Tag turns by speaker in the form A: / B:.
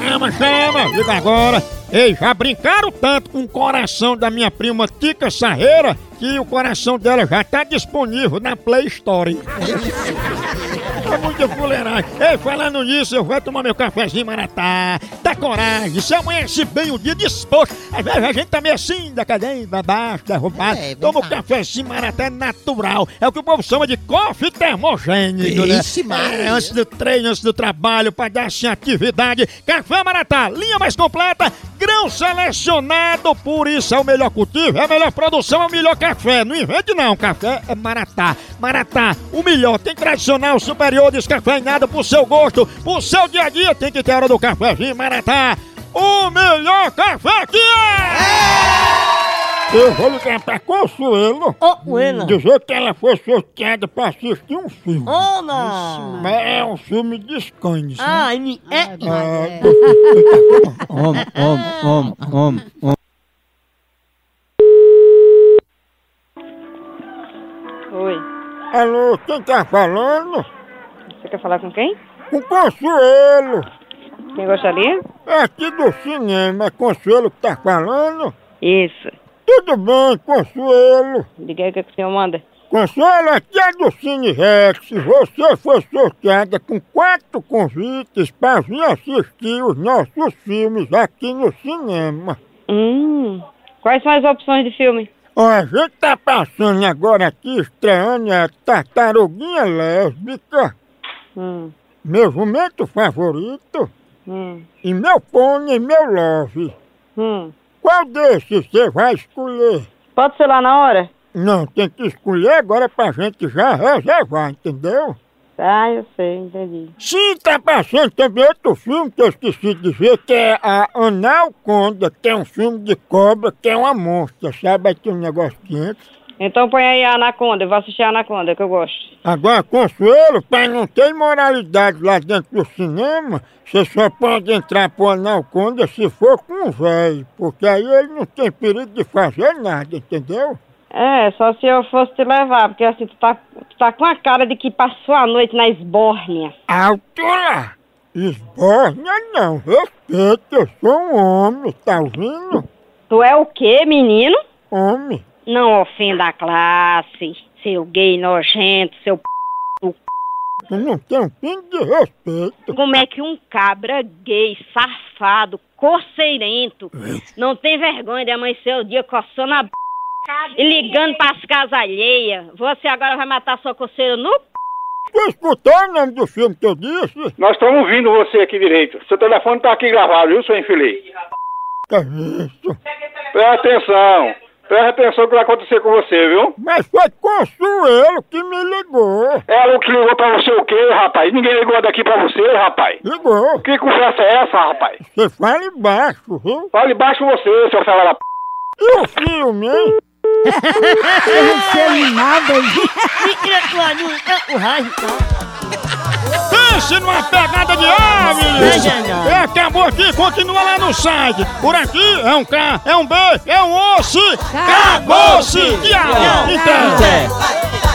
A: chama, chama! Liga agora! Ei, já brincaram tanto com o coração da minha prima Tica Sarreira que o coração dela já tá disponível na Play Store. É muito fuleiragem. Ei, falando nisso, eu vou tomar meu cafezinho maratá. Dá coragem, se amanhece bem o dia disposto. Às vezes a gente tá meio assim, da cadeia, da baixo, derrubado.
B: É, é
A: Toma um
B: verdade.
A: cafezinho maratá natural. É o que o povo chama de coffee termogênico, né?
B: Ixi, Maria.
A: É, antes do treino, antes do trabalho, para dar sem atividade. Café Maratá, linha mais completa, grão selecionado, por isso é o melhor cultivo, é a melhor produção, é o melhor café. Não invente não, café é Maratá. Maratá, o melhor, tem tradicional, superior, descafeinado, pro seu gosto, pro seu dia a dia, tem que ter hora do cafezinho, Maratá. O melhor café que é! Eu vou ligar pra Consuelo,
C: Ô, Coelho!
A: dizer que ela foi sorteada pra assistir um filme.
C: Ô, não!
A: Mas é um filme de né? É, escândalo.
C: Ah, ele é...
D: Homem, homem, homem, homem, homem.
E: Oi,
A: Alô, quem tá falando?
E: você quer falar com quem?
A: Com Consuelo.
E: Quem gostaria?
A: É aqui do cinema, é Consuelo que tá falando?
E: Isso.
A: Tudo bem, Consuelo.
E: Diga aí o que, é que o senhor manda.
A: Consuelo, aqui é do Cine Rex. Você foi sorteada com quatro convites para vir assistir os nossos filmes aqui no cinema.
E: Hum, quais são as opções de filme?
A: Ó, a gente tá passando agora aqui, estreando a Tartaruguinha Lésbica,
E: Hum,
A: meu jumento favorito,
E: hum,
A: e meu pônei, meu love.
E: hum.
A: Qual desses você vai escolher?
E: Pode ser lá na hora?
A: Não, tem que escolher agora pra gente já reservar, entendeu?
E: Ah, eu sei, entendi.
A: Sim, tá passando também outro filme que eu esqueci de dizer, que é a Anaconda, que é um filme de cobra, que é uma monstra, sabe? Aí tem um negócio dentro.
E: Então põe aí a Anaconda, eu vou assistir a Anaconda, que eu gosto.
A: Agora, Consuelo, pra não ter imoralidade lá dentro do cinema, você só pode entrar pro Anaconda se for com o velho, porque aí ele não tem perigo de fazer nada, entendeu?
E: É, só se eu fosse te levar, porque assim, tu tá, tu tá com a cara de que passou a noite na esbórnia.
A: Alto lá! Esborna não, respeita, eu sou um homem, tá ouvindo?
E: Tu é o quê, menino?
A: Homem.
E: Não ofenda a classe, seu gay nojento, seu p...
A: Tu não tem um pingo de respeito.
E: Como é que um cabra gay, safado, coceirento, não tem vergonha de amanhecer o dia coçando a b... e ligando pras casas alheias? Você agora vai matar sua coceira no p...
A: Tu escutou o nome do filme que eu disse?
F: Nós estamos ouvindo você aqui direito. Seu telefone está aqui gravado, viu, seu infeliz?
A: Que É isso?
F: Presta atenção. Presta atenção no que vai acontecer com você, viu?
A: Mas foi Consuelo que me ligou.
F: Ela É que ligou pra você o quê, rapaz? Ninguém ligou daqui pra você, rapaz.
A: Ligou.
F: Que conversa é essa, rapaz?
A: Você fala embaixo, viu?
F: Fale baixo você, seu fela da p...
A: E o filme, hein?
C: Mentira, tu é o raio,
A: Pense numa pegada de ar,
C: Veja,
A: menino!
C: não.
A: É, acabou aqui, continua lá no site. Por aqui é um K, é um B, é um osso. Acabou-se! Tchau! Então.
D: É.
G: Vai, vai.